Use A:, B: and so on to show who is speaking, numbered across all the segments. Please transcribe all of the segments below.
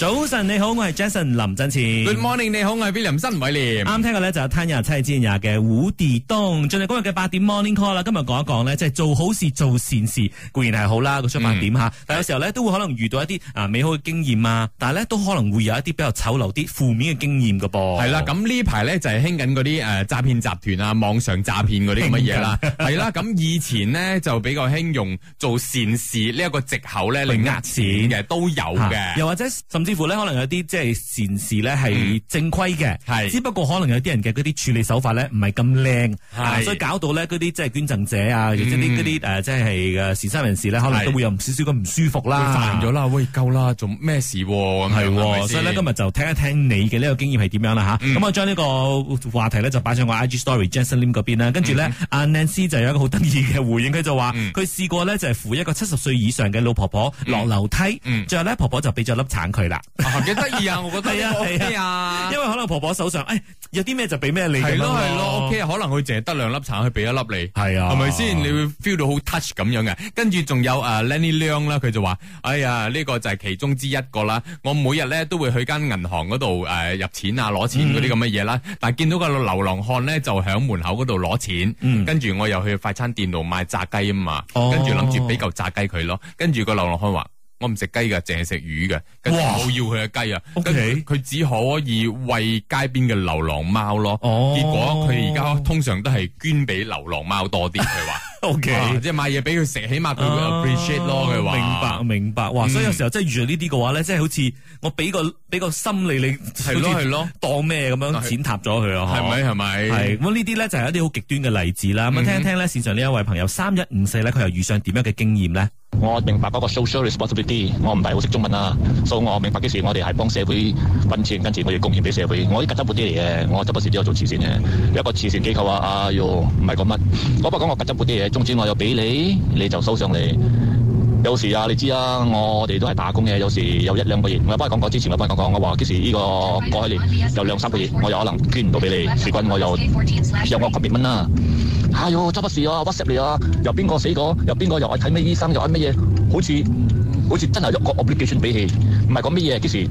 A: 早晨，你好，我係 Jason 林振前。
B: Good morning，你好，我係 William 新偉廉。
A: 啱聽過咧就有攤廿七之廿嘅胡地東，進入今日嘅八點 morning call 啦。今日講一講咧，即係做好事做善事固然係好啦，個出
B: 嗯
A: 發點吓，但有時候咧都會可能遇到一啲啊美好嘅經驗啊，但係咧都可能會有一啲比較醜陋啲負面嘅經驗噶噃。
B: 係啦，咁呢排咧就係興緊嗰啲誒詐騙集團啊、網上詐騙嗰啲咁嘅嘢啦，係啦，咁以前呢，就比較興用做善事呢一個藉 口咧嚟呃錢嘅都有
A: 嚇
B: 嘅，
A: 啊又或者甚至乎咧，可能有啲即係善事咧係
B: 嗯
A: 正規嘅，
B: 係
A: 只不過可能有啲人嘅嗰啲處理手法咧唔係咁靚，
B: 係嗯
A: 啊所以搞到咧嗰啲即係捐贈者啊，或者啲嗰啲誒即係誒善心人士咧，可能
B: 係
A: 都會有唔少少咁唔舒服啦，
B: 煩咗啦，喂夠啦，做咩事喎咁
A: 係
B: 樣係咪
A: 喎，
B: 先
A: 所以咧今日就聽一聽你嘅呢個經驗係點樣啦吓，
B: 嗯
A: 咁我啊將呢個話題咧就擺上我 IG Story Jason Lim 嗰邊啦。跟住咧，阿 Nancy 就有一個好得意嘅回應，佢就話
B: 嗯
A: 佢試過咧就係扶一個七十歲以上嘅老婆婆落樓梯
B: 嗯，
A: 最後咧婆婆就俾咗粒橙佢啦，
B: 啊幾得意啊，我覺 得
A: 係
B: 呢
A: 啊
B: 個 OK 啊
A: 因。為可能婆婆手上誒有啲咩就俾咩你咁
B: 係
A: 樣
B: 咯係咯，OK 啊，可能佢淨係得兩粒橙，佢俾一粒你，
A: 係啊
B: 係咪先？你會 feel 到好 touch 咁樣嘅。跟住仲有啊 Lenny Leong 啦，佢就話：哎呀，呢個就係其中之一個啦。我每日咧都會去間銀行嗰度誒入錢啊、攞錢嗰啲咁嘅嘢啦。但係見到個流浪漢咧就喺門口嗰度攞錢，
A: 嗯
B: 跟住我又去快餐店度買炸雞啊嘛，
A: 哦
B: 跟住諗住俾嚿炸雞佢咯。跟住個流浪漢話。我唔食雞㗎，淨係食魚嘅，跟住
A: 哇
B: 冇要佢嘅雞啊，
A: OK
B: 跟住佢只可以餵街邊嘅流浪貓咯。
A: 哦
B: 結果佢而家通常都係捐俾流浪貓多啲，佢話啊
A: OK。
B: 即係買嘢俾佢食，起碼佢會 appreciate 咯。佢話嗯
A: 啊明白明白，哇！所以有時候真係遇到呢啲嘅話咧，即係好似我俾個俾個心理你，
B: 係咯係咯，
A: 當咩咁樣
B: 係
A: 踐踏咗佢啊？
B: 係咪係咪？
A: 係咁呢啲咧就係一啲好極端嘅例子啦。咁啊
B: 嗯哼
A: 聽一聽咧，線上呢一位朋友三一五四咧，佢又遇上點樣嘅經驗咧？
C: 我明白嗰個 social responsibility，我唔係好識中文啦，所以我明白幾時我哋係幫社會揾錢，跟住我哋貢獻俾社會。我依家執本啲嚟嘅，我執本時都有做慈善嘅，有一個慈善機構啊，哎呦，唔係講乜，我不過講我執本啲嘢，中錢我又俾你，你就收上嚟。有時啊，你知啊，我哋都係打工嘅，有時有一兩個月。我有幫你講過之前，我有幫你講過，我話幾時呢個過去年有兩三個月，我有可能捐唔到俾你，事關我又有我 c o m 啦。哎呦，周不時啊，WhatsApp 你啊，又邊個死過，又邊個又愛睇咩醫生，又愛乜嘢，好似好似真係一個 obligation 俾你，唔係講乜嘢幾時。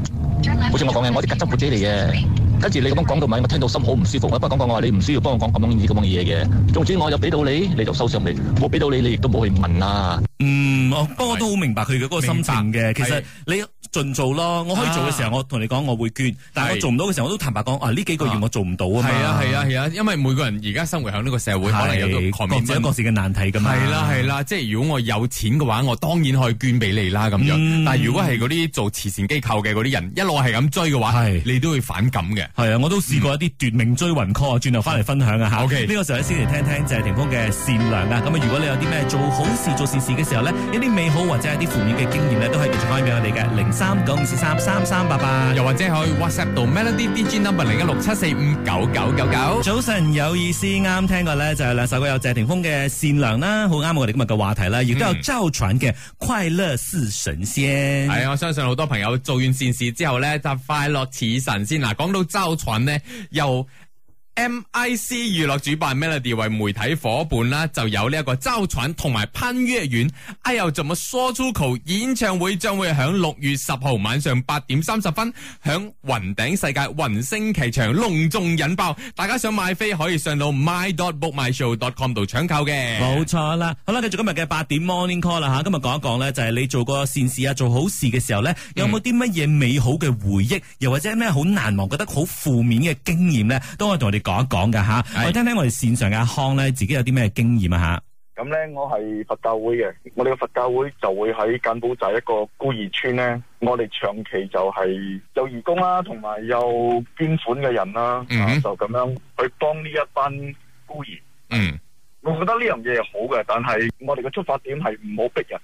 C: 好似我講嘅，我啲格針活者嚟嘅。跟住你咁樣講到咪，我聽到心好唔舒服。啊我不過講講我話你唔需要幫我講咁樣嘢咁樣嘢嘅。總之我有俾到你，你就收上嚟；冇俾到你，你亦都冇去問啊啦。
A: 嗯，我不過我都好明白佢嘅嗰個心情嘅。
B: 明白
A: 其實
B: 係
A: 你盡做咯，我可以做嘅時候，我同你講我會捐，但係我
B: 係
A: 做唔到嘅時候，我都坦白講啊，呢幾個月
B: 啊
A: 我做唔到啊嘛。
B: 係啊係啊係啊，因為每個人而家生活喺呢個社會，可能有
A: 係
B: 個
A: 各自有各
B: commitment。
A: 自嘅難題㗎嘛。
B: 係啦係啦，即係如果我有錢嘅話，我當然可以捐俾你啦咁
A: 嗯
B: 樣。但係如果係嗰啲做慈善機構嘅嗰啲人，一路係咁追嘅話
A: 係，
B: 你都會反感嘅。
A: 係啊，我都試過一啲奪命追魂 call，轉頭翻嚟分享啊吓。
B: 嗯 OK
A: 呢個時候咧先嚟聽聽謝霆鋒嘅善良啊。咁啊，如果你有啲咩做好事、做善事嘅時候咧，一啲美好或者一啲負面嘅經驗咧，都可以繼續可以俾我哋嘅零三九五四三三三八八。
B: 又或者可以 WhatsApp 到 Melody DJ number 零一六七四五九九九九。
A: 早晨有意思，啱聽過咧就係兩首歌，有謝霆鋒嘅《善良》啦，好啱我哋今日嘅話題啦，亦都有
B: 嗯
A: 周傳嘅《快樂似神仙》。
B: 係啊，我相信好多朋友做完善事之後咧，就快樂似神仙。嗱，講到周蠢呢，由 MIC 娛樂主辦 Melody 為媒體伙伴啦，就有呢一個周蠢同埋潘越雲。哎呦，怎麼說出口演唱會將會響六月十號晚上八點三十分響雲頂世界雲星劇場隆重引爆。大家想買飛可以上到 my dot bookmyshow dot com 度搶購嘅。
A: 冇錯啦，好啦，繼續今日嘅八點 morning call 啦吓，今日講一講咧，就係你做過善事啊，做好事嘅時候咧，有冇啲乜嘢美好嘅回憶，又或者咩好難忘、覺得好負面嘅經驗咧，都可以同我哋講一講噶吓。
B: 係
A: 我聽聽我哋線上嘅阿康咧，自己有啲咩經驗啊
D: 咁咧，我係佛教會嘅，我哋嘅佛教會就會喺柬埔寨一個孤兒村咧，我哋長期就係有義工啦，同埋有捐款嘅人啦，
B: 嗯
D: 啊就咁樣去幫呢一班孤兒。
B: 嗯
D: 我覺得呢樣嘢係好嘅，但係我哋嘅出發點係唔好逼人
A: 吓。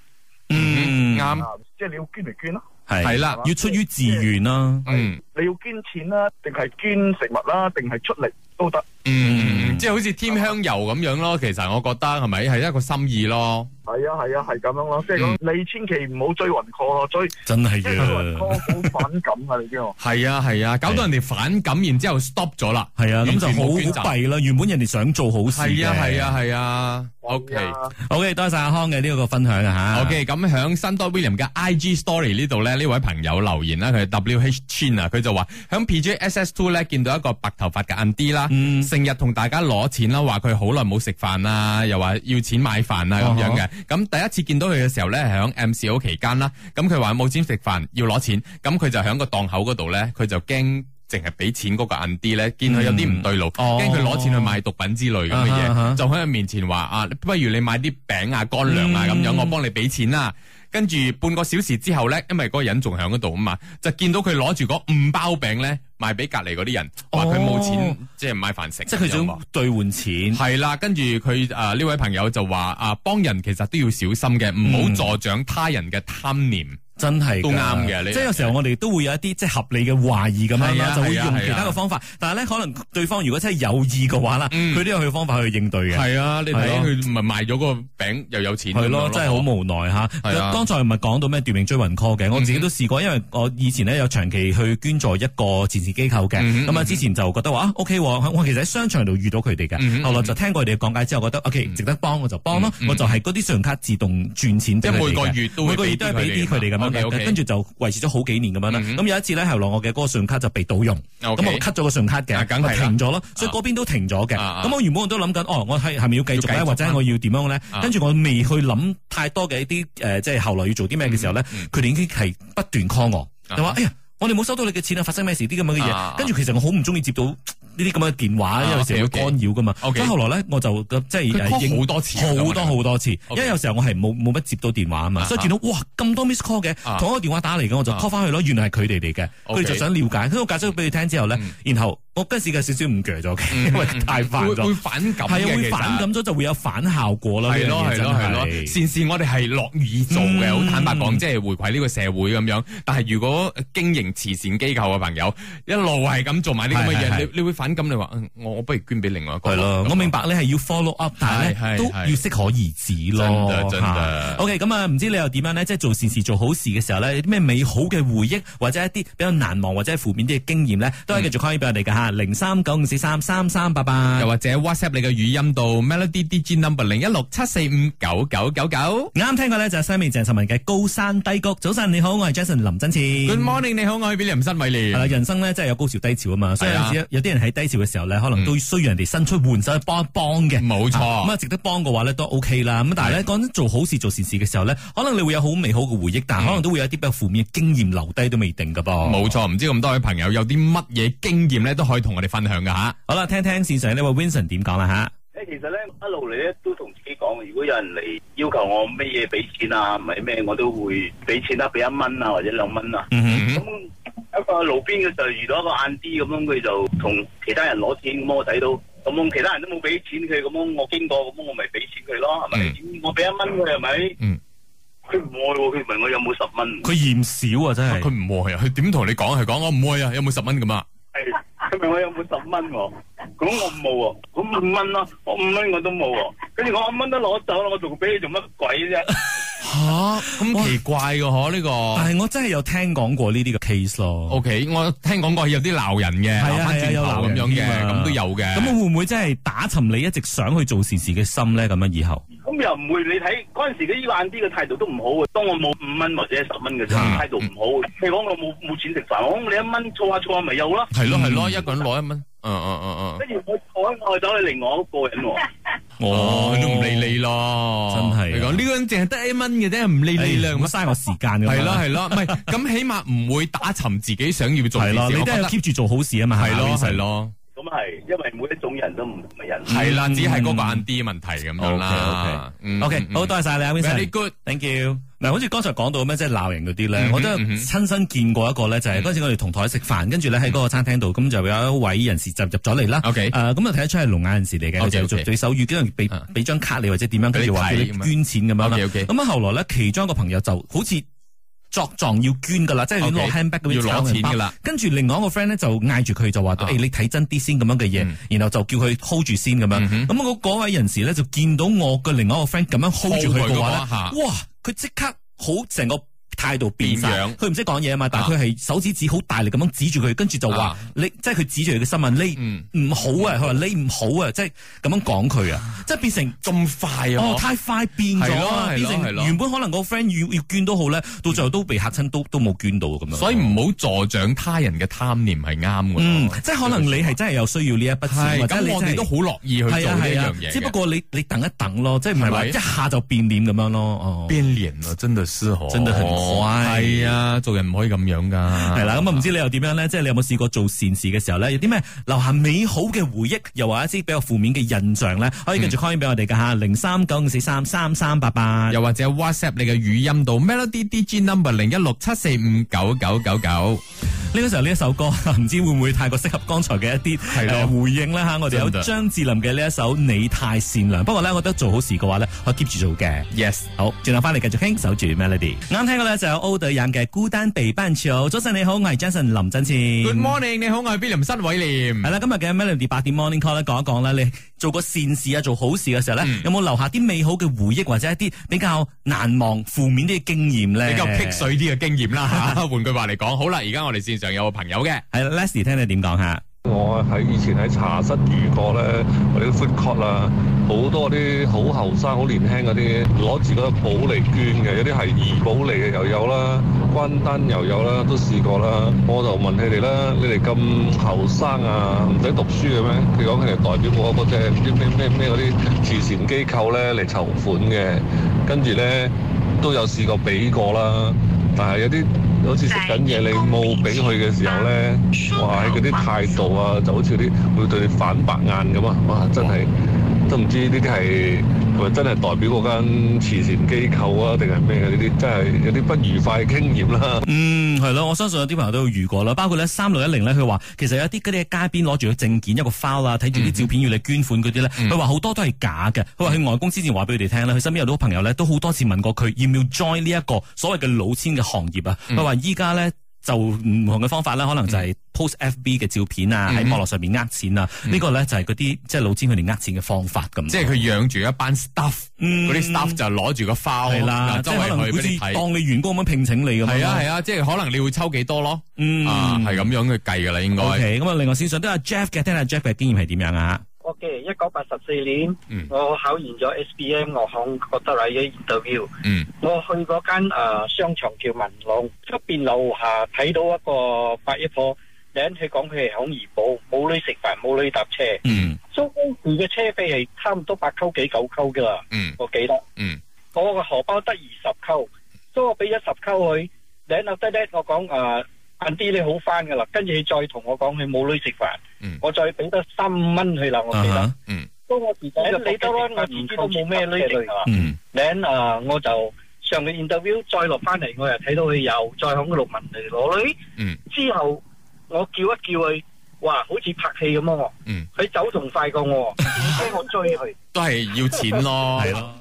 A: 嗯，
B: 啱
D: 啊，即係你要捐嚟捐啦，
A: 係
B: 係啦
D: 係嘛
A: 要出於自願啦。
B: 嗯。
D: 你要捐錢啦，定係捐食物啦，定係出力都
B: 嗯
D: 得。
B: 嗯，即係好似添香油咁樣咯。其實我覺得係咪係一個心意咯。
D: 係啊係啊係咁樣咯，即係
B: 嗯
D: 講你千祈唔好追雲 call 咯，追即
A: 真係
D: 係追雲
A: 嘅。
D: call 好反感啊！你知我
B: 系啊系啊，搞到人哋反感，然之后 stop 咗啦。
A: 係啊，咁就
B: 完全冇捐
A: 好
B: 贈
A: 好弊啦。原本人哋想做好事嘅
B: 系啊系。啊系啊，OK
D: 係啊
A: OK，多謝阿康嘅呢個分享啊吓。
B: OK，咁響新多 William 嘅 IG Story 呢度咧，呢位朋友留言啦，佢係 WH Chin 啊，佢就話響 PJSS Two 咧見到一個白頭髮嘅 N D 啦，
A: 嗯
B: 成日同大家攞錢啦，話佢好耐冇食飯啦，又話要錢買飯
A: 哦
B: 啊咁樣嘅。咁第一次見到佢嘅時候咧，係響 MCO 期間啦，咁佢話冇錢食飯要攞錢，咁佢就響個檔口嗰度咧，佢就驚。淨係俾錢嗰個銀啲咧，見佢有啲唔對路，
A: 哦
B: 驚佢攞錢去買毒品之類咁嘅
A: 啊哈啊哈
B: 嘢，就喺佢面前話啊，不如你買啲餅啊、乾糧
A: 嗯
B: 啊咁樣，我幫你俾錢啦。跟住半個小時之後咧，因為嗰個人仲喺嗰度啊嘛，就見到佢攞住嗰五包餅咧，賣俾隔離嗰啲人，話佢冇
A: 哦
B: 錢，即係買飯食。
A: 即係佢想兑換錢。
B: 系啦，跟住佢啊呢位朋友就話啊，幫人其實都要小心嘅，唔好助長他人嘅貪念。
A: 真係㗎
B: 都啱嘅呢
A: 即係有時候我哋都會有一啲即係合理嘅懷疑咁樣
B: 係
A: 啦，
B: 啊
A: 就會
B: 係啊
A: 用
B: 係啊
A: 其他嘅方法。但係咧，可能對方如果真係有意嘅話啦，
B: 嗯
A: 佢都有佢嘅方法去應對嘅。
B: 係啊，你
A: 係
B: 睇
A: 咯
B: 佢咪賣咗個餅又有錢咁
A: 係
B: 樣哦
A: 咯，真係好無奈吓。
B: 係啊
A: 剛才唔係講到咩奪命追魂 call 嘅，我自己
B: 嗯哼
A: 都試過，因為我以前咧有長期去捐助一個慈善機構嘅，
B: 嗯哼
A: 咁啊
B: 嗯
A: 之前就覺得話啊 OK，喎我其實喺商場度遇到佢哋
B: 嗯哼
A: 嘅，後來就聽過佢哋嘅講解之後，覺得 OK 值得幫我就幫咯
B: 嗯，嗯
A: 我就係嗰啲信用卡自動轉錢俾
B: 即
A: 佢哋
B: 係
A: 嘅，
B: 每個月都
A: 啊
B: 會
A: 每個月都係啊俾啲佢哋咁樣嘅，
B: OK，OK
A: 跟住就維持咗好幾年咁樣啦。
B: 嗯哼
A: 咁有一次咧，後來我嘅嗰個信用卡就被盜用，咁我
B: OK
A: cut 咗個信用卡
B: 啊
A: 嘅，
B: 梗係啦
A: 咪停咗咯，所以嗰邊都停咗嘅。
B: 啊啊
A: 咁我原本我都諗緊，哦，我係係咪要繼續
B: 要繼
A: 咧，
B: 續
A: 或者
B: 啊
A: 我要點樣咧
B: 啊？
A: 跟住我未去諗太多嘅一啲誒、呃即係後來要做啲咩嘅時候咧
B: 嗯嗯，
A: 佢哋、已經係不斷 call 我，
B: 啊
A: 就話：哎呀，我哋冇收到你嘅錢啊，發生咩事啲咁樣嘅
B: 啊啊啊
A: 嘢。跟住其實我好唔中意接到呢啲咁嘅電話，因為有時候會
B: OK，OK
A: 干擾噶嘛。
B: OK
A: 所以後來咧，我就即係
B: 佢
A: 呃
B: call
A: 應
B: 好多次啊
A: 好多好多次，因
B: OK
A: 為有時候我係冇冇乜接到電話啊
B: 啊
A: 嘛，所以見到哇咁多 miss call 嘅
B: 啊，
A: 同一個電話打嚟嘅，我就
B: 啊
A: call 翻去咯。原來係佢哋嚟嘅，
B: OK
A: 佢哋就想了解。咁我解釋咗俾佢聽之後咧
B: 嗯，
A: 然後我嗰陣時嘅少少唔鋸咗嘅，
B: 嗯
A: 因為太煩
B: 會
A: 咗
B: 會。反感
A: 係
B: 嘅
A: 啊，
B: 其
A: 會
B: 實
A: 反感咗就會有反效果啦。
B: 係
A: 呢
B: 咯
A: 樣嘢
B: 係咯
A: 真
B: 係咯，
A: 係
B: 善事我哋係樂意做嘅，
A: 嗯
B: 好坦白講，即係回饋呢個社會咁樣。但係如果經營慈善機構嘅朋友一路係咁做埋啲咁嘅
A: 係係
B: 嘢，
A: 係
B: 你你會反感，你話嗯我我不如捐俾另外一個。啊
A: 係咯，我明
B: 白。
A: 白你係要 follow up，但係
B: 係
A: 咧
B: 係
A: 都
B: 係
A: 要適可而止咯。
B: 真嘅真嘅
A: 嚇 OK，咁啊，唔知你又點樣咧？即係做善事、做好事嘅時候咧，有啲咩美好嘅回憶，或者一啲比較難忘或者係負面啲嘅經驗咧，都可以繼續 call 俾我哋
B: 嗯
A: 㗎嚇，零三九五四三三三八八
B: 又。或者 WhatsApp 你嘅語音到 Melody DJ number 零一六七四五九九九九。
A: 啱聽過咧就係西面鄭秀文嘅《高山低谷》。早晨你好，我係 Jason 林真前。
B: Good morning，你好，我係 William 新偉
A: 係啦，
B: 廉。
A: 人生咧真係有高潮低潮啊嘛，所以
B: 係
A: 有
B: 啊嗯
A: 陣時有啲人喺低潮嘅時候咧，可能都需要人哋伸出援手去幫一幫嘅。
B: 冇錯
A: 啊咁啊值得幫嘅話咧都 OK 啦。咁但
B: 嗯
A: 係咧講真做好事做善事嘅時候咧，可能你會有好美好嘅回憶，
B: 嗯
A: 但係可能都會有一啲比較負面嘅經驗留低都未定噶噃。
B: 冇錯，唔知咁多位朋友有啲乜嘢經驗咧，都可以同我哋分享噶吓。
A: 好啦，聽聽線上呢位 Vincent 點講啦吓。
E: 誒，其實咧一路嚟咧都同自己講，如果有人嚟要求我乜嘢俾錢啊，唔係咩，我都會俾錢啦，俾一蚊啊或者兩蚊啊。
A: 嗯
E: 咁一個路邊嘅時候遇到一個晏啲咁樣，佢就同其他人攞錢，咁我睇到，咁樣其他人都冇俾錢佢，咁樣我經過，咁樣我咪俾錢佢咯，係咪？我俾一蚊佢係咪？
B: 嗯
E: 佢唔愛喎，佢問我有冇十蚊，
A: 佢嫌少啊，真
B: 佢
A: 係。
B: 唔愛啊，佢點同你講？佢講我唔愛啊，有冇十蚊咁啊？
E: 係佢問我有冇十蚊喎，咁我冇喎，咁五蚊咯，我五蚊我都冇喎，跟住我五蚊都攞走啦，我仲俾你做乜鬼啫？
B: 吓咁奇怪嘅嗬呢個。
A: 但係我真係有聽講過呢啲嘅 case 咯。
B: O K，我聽講過有啲鬧人嘅，
A: 係啊
B: 鬧
A: 係
B: 翻
A: 啊
B: 轉
A: 有
B: 頭
A: 鬧
B: 咁
A: 人
B: 樣
A: 添
B: 嘅，
A: 啊
B: 咁都有嘅。
A: 咁會唔會真係打沉你一直想去做善事嘅心咧？咁樣以後
E: 咁又唔會，你睇嗰陣時嘅呢個晏啲嘅態度都唔好嘅。當我冇五蚊或者十蚊嘅時候，
B: 嗯
E: 態度唔好。譬如講我冇冇錢食飯，我講你一蚊儲下儲下咪有咯。
B: 係咯係咯，一個人攞一蚊，嗯嗯嗯嗯，
E: 跟住我我我走去另外一個人喎，
B: 哦，都唔理你咯，
A: 真係啊
B: 你講呢個人淨係得一蚊嘅啫，唔理你啦
A: 哎唔好
B: 咁。
A: 嘥我時間咁樣。
B: 係咯係咯，唔係咁起碼唔會打沉自己想要做嘅
A: 係
B: 事。
A: 咯，你
B: 我
A: 都
B: 覺
A: 係
B: 得
A: keep 住做好事啊嘛。
B: 係咯
A: 嘛
B: 係。咯，
E: 咁係因為每一種人都唔同嘅人。
B: 係啦，
A: 嗯
B: 只係嗰個眼啲問題咁樣啦
A: OK，OK。OK，好
B: 嗯
A: 多謝晒你啊
B: Very
A: ，Vincent。
B: good，
A: Thank you。嗱，好似剛才講到咩，即係鬧人嗰啲
B: 嗯
A: 咧，
B: 哼
A: 我都有
B: 嗯哼嗯
A: 親身見過一個咧，就係嗰陣時我哋同台食飯，跟住咧喺嗰個餐廳度，咁就有一位人士就入咗嚟啦。
B: OK
A: 誒啊咁就睇得出係聾啞人士嚟嘅，佢
B: OK，
A: 就做
B: OK
A: 對手語，跟住俾
B: 啊
A: 俾張卡你或者點樣，跟住話
B: 俾
A: 叫
B: 你
A: 你
B: 睇咁樣
A: 捐錢咁樣啦。
B: OK，OK
A: 咁啊後來咧，其中一個朋友就好似作狀要捐噶啦，即係要攞
B: OK，
A: handbag 咁樣
B: 要攞
A: 炒人
B: 錢
A: 包
B: 㗎啦
A: 跟住另外一個 friend 咧就嗌住佢就話：，誒、
B: 啊
A: 你睇真啲先咁樣嘅嘢，
B: 嗯
A: 然後就叫佢 hold 住先咁樣。
B: 嗯
A: 咁
B: 哼
A: 嗰嗰位人士咧就見到我嘅另外一個 friend 咁樣 hold 住佢嘅話
B: hold 佢嘅啊話
A: 咧，哇！佢即刻好成個態度變晒
B: 變樣
A: 佢唔識講嘢啊嘛，但係佢係手指指好大力咁樣指住佢，跟住就話
B: 啊：
A: 你即係佢指住佢嘅心啊，
B: 嗯
A: 你唔好啊！佢話你唔好啊，即係咁樣講佢啊，即係變成。
B: 咁快啊！
A: 哦，太快變咗啊！
B: 係
A: 變
B: 咯係咯
A: 成
B: 係咯
A: 原本可能個 friend 要要捐都好咧，到最後都被嚇親，都都冇捐到咁樣。
B: 所以唔好助長他人嘅貪念係啱嘅。
A: 嗯，即係可能你係真係有需要呢一筆錢，
B: 係
A: 或者你
B: 咁，我
A: 真
B: 哋
A: 係
B: 都好樂意去做
A: 係啊
B: 呢一
A: 係啊
B: 樣嘢嘅。
A: 只不過你你等一等咯，即係唔係
B: 係
A: 話
B: 咪
A: 一下就變臉咁樣咯。哦，
B: 變臉啊，真的是哦，
A: 真的很壞
B: 係啊，做人唔可以咁樣噶。
A: 係啦，咁啊唔知你又點樣咧？即係你有冇試過做善事嘅時候咧，有啲咩留下美好嘅回憶，又或者一啲比較負面嘅印象咧？可以繼
B: 嗯
A: 續 call in 俾我哋噶吓，零三九五四三三三八八。
B: 又或者 WhatsApp 你嘅語音到 Melody DG number 零一六七四五九九九九。
A: 呢個時候呢一首歌， 唔知會唔會太過適合剛才嘅一啲
B: 係咯
A: 呃回應咧吓？我哋有
B: 真嘅
A: 張智霖嘅呢一首《你太善良》，不過咧，我覺得做好事嘅話咧，可以 keep 住做嘅。
B: Yes，
A: 好，轉頭翻嚟繼續傾守住 Melody。啱聽過咧就有 O 隊人嘅《孤單被班潮》。早晨你好，我係 Jason 林振前。
B: Good morning，你好，我係 William 新偉廉
A: 係。啦，今日嘅 Melody 八點 Morning Call 咧，講一講啦，你做過善事啊，做好事嘅時候咧，
B: 嗯
A: 有冇留下啲美好嘅回憶，或者一啲比較難忘、負面啲嘅經驗咧？
B: 比較棘。水啲嘅經驗啦嚇，換句話嚟講，好啦，而家我哋線上有個朋友嘅，
A: 係啦，Leslie 聽你點講下？
F: 我喺以前喺茶室遇過咧，或者 food court 啦，好多啲好後生、啊好年輕嗰啲攞住個寶嚟捐嘅，有啲係怡寶嚟嘅又有啦，關丹又有啦，都試過啦。我就問佢哋啦：你哋咁後生啊，唔使讀書嘅咩？佢講佢哋代表我嗰隻啲咩咩咩嗰啲慈善機構咧嚟籌款嘅，跟住咧都有試過俾過啦，但係有啲好似食緊嘢，你冇俾佢嘅時候咧，哇！嗰啲態度啊，就好似啲會對你反白眼咁啊！哇！真係都唔知呢啲係係咪真係代表嗰間慈善機構啊，定係咩嘅？呢啲真係有啲不愉快嘅經驗啦、
A: 嗯，係咯，我相信有啲朋友都有遇過啦，包括咧三六一零咧，佢話其實有啲嗰啲喺街邊攞住個證件一個 file 啊，睇住啲照片要你捐款嗰啲咧，
B: 嗯
A: 佢話好多都係假嘅。佢話佢外公之前話俾佢哋聽咧，佢身邊有好多朋友咧都好多次問過佢要唔要 join 呢一個所謂嘅老千嘅行業啊。
B: 嗯
A: 佢話依家咧。就唔同嘅方法啦，可能就係 post FB 嘅照片啊，喺網絡上面呃錢啊，呢個咧就係嗰啲即係老千佢哋呃錢嘅方法咁。
B: 嗯即係佢養住一班 staff，
A: 嗯
B: 嗰啲 staff 就攞住個
A: 係
B: file
A: 啦，即
B: 哦周
A: 係可能
B: 圍去
A: 好
B: 俾
A: 似
B: 你睇。
A: 當你員工咁樣聘請你咁樣咯。
B: 係啊係啊，即係可能你會抽幾多咯，
A: 嗯
B: 啊係咁樣去計噶啦，應該
A: O K，咁啊，另外線上都有 Jeff 嘅，聽下 Jeff 嘅經驗係點樣啊？
G: O.K. 一九八十四年，
B: 嗯
G: 我考完咗 S.B.M. 我響覺得嚟嘅 interview，
B: 嗯
G: 我去嗰間誒商場叫文朗，出邊樓下睇到一個八一婆，然佢講佢係響怡寶，冇女食飯，冇女搭車，
A: 嗯
G: 租嗰時嘅車費係差唔多八溝幾九溝噶啦，
B: 嗯
G: 我記得。
B: 嗯
G: 我個荷包得二十溝，所以我俾咗十溝佢。然後得咧，我講誒晏啲你好翻噶啦，跟住佢再同我講佢冇女食飯，
B: 嗯
G: 我再俾多三蚊佢啦，我
A: 啊
G: 記得。
A: 哈
B: 嗯
G: 不過自己你得啦，我自己都冇咩呢類啊。
A: 嗯
G: 然啊，我就上個 interview 再落翻嚟，我又睇到佢又再響嗰度問嚟攞女。
B: 嗯。
G: 之後我叫一叫佢，哇，好似拍戲咁樣喎。
B: 嗯。
G: 佢走仲快過我，驚我追佢。
B: 都係要錢 咯，
A: 係咯，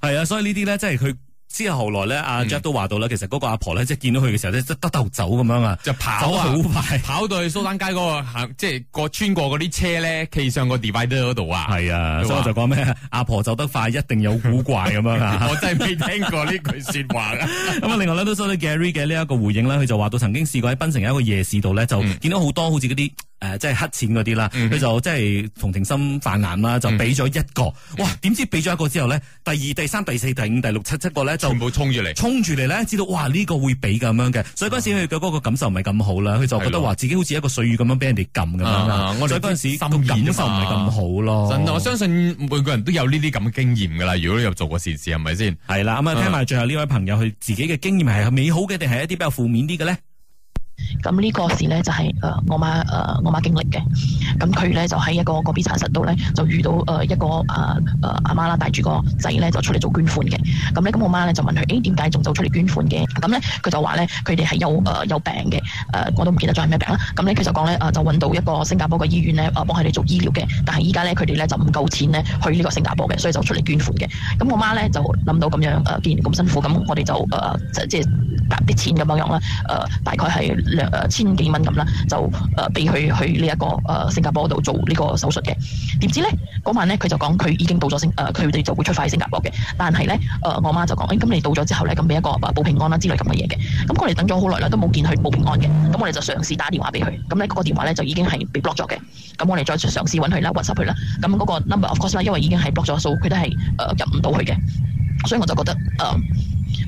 A: 係啊，所以呢啲咧，即係佢之後後來咧，阿
B: 嗯
A: Jeff 都話到咧，其實嗰個阿婆咧，即係見到佢嘅時候咧，即係得兜走咁樣啊，
B: 就跑
A: 走
B: 啊
A: 好。快，
B: 跑到去蘇丹街嗰個行，即係過穿過嗰啲車咧，企上個 divider 嗰度啊！
A: 係啊，
B: 佢話
A: 所以我就講咩，阿婆走得快，一定有古怪咁樣啊。
B: 我真係未聽過呢句说話啊！
A: 咁啊，另外咧都收到 Gary 嘅呢一個回應啦，佢就話到曾經試過喺檳城一個夜市度咧，就
B: 嗯
A: 見到好多好似嗰啲誒即係黑錢嗰啲啦，
B: 嗯
A: 佢就即係同情心泛濫啦，就俾咗一個，哇！點知俾咗一個之後咧，第二、第三、第四、第五、第六、七七個咧 就
B: 全。部衝住嚟，
A: 衝住嚟咧，知道哇呢、個會俾咁樣嘅，所以嗰陣時佢嘅嗰個感受唔係咁好啦，佢就覺
B: 係
A: 得
B: 咯
A: 話自己好似一個水魚咁樣俾人哋撳咁樣
B: 啊
A: 啦
B: 啊，我哋
A: 所以嗰陣時
B: 心
A: 個
B: 軟
A: 感受唔
B: 啊嘛
A: 係咁好咯。
B: 真啊我相信每個人都有呢啲咁嘅經驗噶啦。如果你有做過善事，係咪先？
A: 係啦，咁啊聽埋最後呢位朋友佢自己嘅經驗係美好嘅定係一啲比較負面啲嘅咧？
H: 咁呢個事咧就係、呃我媽誒、呃我媽經歷嘅，咁佢咧就喺一個嗰邊茶室度咧就遇到誒、呃一個誒誒阿媽啦，帶住個仔咧就出嚟做捐款嘅。咁咧咁我媽咧就問佢：，誒點解仲走出嚟捐款嘅？咁咧佢就話咧佢哋係有誒、呃有病嘅，誒、我都唔記得咗係咩病啦。咁咧佢就講咧誒就揾到一個新加坡嘅醫院咧啊誒幫佢哋做醫療嘅，但係依家咧佢哋咧就唔夠錢咧去呢個新加坡嘅，所以就出嚟捐款嘅。咁我媽咧就諗到咁樣誒、呃既然咁辛苦，咁我哋就誒、呃即即係搭啲錢咁樣樣啦，誒、大概係兩誒千幾蚊咁啦，就誒俾佢去呢、一個誒、呃新加坡度做呢個手術嘅。點知咧嗰晚咧佢就講佢已經到咗新誒，佢、哋就會出發去新加坡嘅。但係咧誒我媽就講，誒、咁你到咗之後咧，咁俾一個呃誒報平安啦之類咁嘅嘢嘅。咁我哋等咗好耐啦，都冇見佢報平安嘅。咁我哋就嘗試打電話俾佢，咁咧嗰個電話咧就已經係被 block 咗嘅。咁我哋再嘗試揾佢啦，WhatsApp 佢啦。咁嗰個 number of course 啦，因為已經係 block 咗數，佢都係誒入唔到去嘅。所以我就覺得誒、呃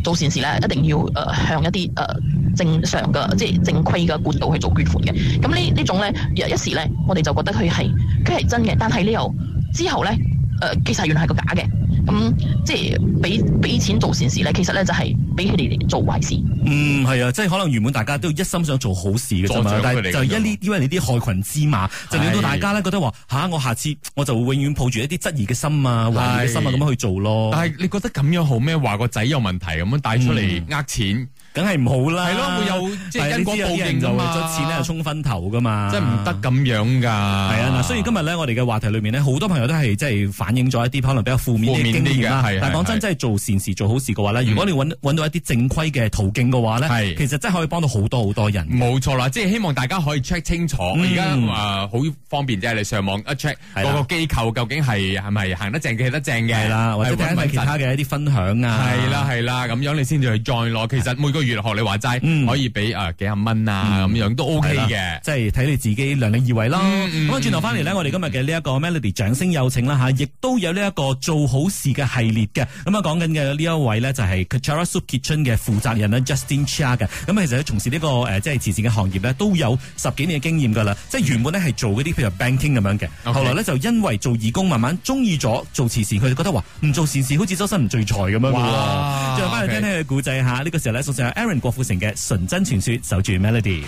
H: 做善事咧，一定要誒、呃向一啲誒、呃正常嘅即係正規嘅管道去做捐款嘅。咁呢呢種咧，有一時咧，我哋就覺得佢係佢係真嘅，但係呢又之後咧誒、呃其實原來係個假嘅。咁即係俾俾錢做善事咧，其實咧就係俾佢哋做壞事。
A: 嗯，係啊，即係可能原本大家都一心想做好事嘅啫嘛
B: 助，長
A: 但
B: 佢哋
A: 係就因
B: 咁樣
A: 呢，因為你啲害群之馬，就令到大家咧覺得話吓、我下次我就會永遠抱住一啲質疑嘅心啊、懷疑嘅心啊咁
B: 係
A: 樣去做咯，
B: 但係你覺得咁樣好咩？話個仔有問題咁樣帶出
A: 嗯
B: 嚟呃錢，
A: 梗係唔好啦。
B: 係咯會有即係
A: 但係
B: 因果
A: 你知有啲人
B: 報應㗎
A: 就為
B: 嘛
A: 咗錢咧就衝昏頭噶嘛，
B: 真係唔得咁樣㗎。係
A: 系啊，嗱，雖然今日咧，我哋嘅話題裏面咧，好多朋友都係即係反映咗一啲可能比較負面
B: 負
A: 嘅
B: 面
A: 經
B: 啲嘅
A: 驗啦
B: 係。
A: 但係
B: 係
A: 講真，
B: 係
A: 真係做善事、做好事嘅話咧，
B: 嗯
A: 如果你揾揾到一啲正規嘅途徑嘅話咧，
B: 係
A: 其實真係可以幫到好多好多人。
B: 冇錯啦，即係希望大家可以 check 清楚。
A: 嗯
B: 而家啊好方便啫，你上網一 check
A: 係啦
B: 嗰個機構究竟係係咪行得正企得正嘅，
A: 係啦，或者睇一睇其他嘅一啲分享啊，
B: 系啦，系啦，咁樣你先至去 join 咯。其實每個月學你話
A: 嗯
B: 齋，可以俾誒幾廿蚊啊，咁樣都 OK
A: 係啦
B: 嘅。
A: 即係睇你自己量力而為啦。
B: 嗯嗯
A: 咁啊，轉頭翻嚟咧，我哋今日嘅呢一個 Melody 掌聲有請啦吓，亦都有呢一個做好事嘅系列嘅。咁啊，講緊嘅呢一位咧就係 Kachara Soup Kitchen 嘅負責人啦，Justin Chia 嘅。咁啊其實佢從事呢個誒即係慈善嘅行業咧，都有十幾年嘅經驗㗎啦。即係原本咧係做嗰啲譬如 banking 咁樣嘅，
B: OK
A: 後來咧就因為做義工，慢慢中意咗做慈善，佢就覺得話唔做善事好似周身唔聚財咁樣㗎喎。
B: 哇
A: 最後翻嚟聽聽佢嘅故仔下，呢個時候咧送上 Aaron 郭富城嘅《純真傳說》，守住 Melody。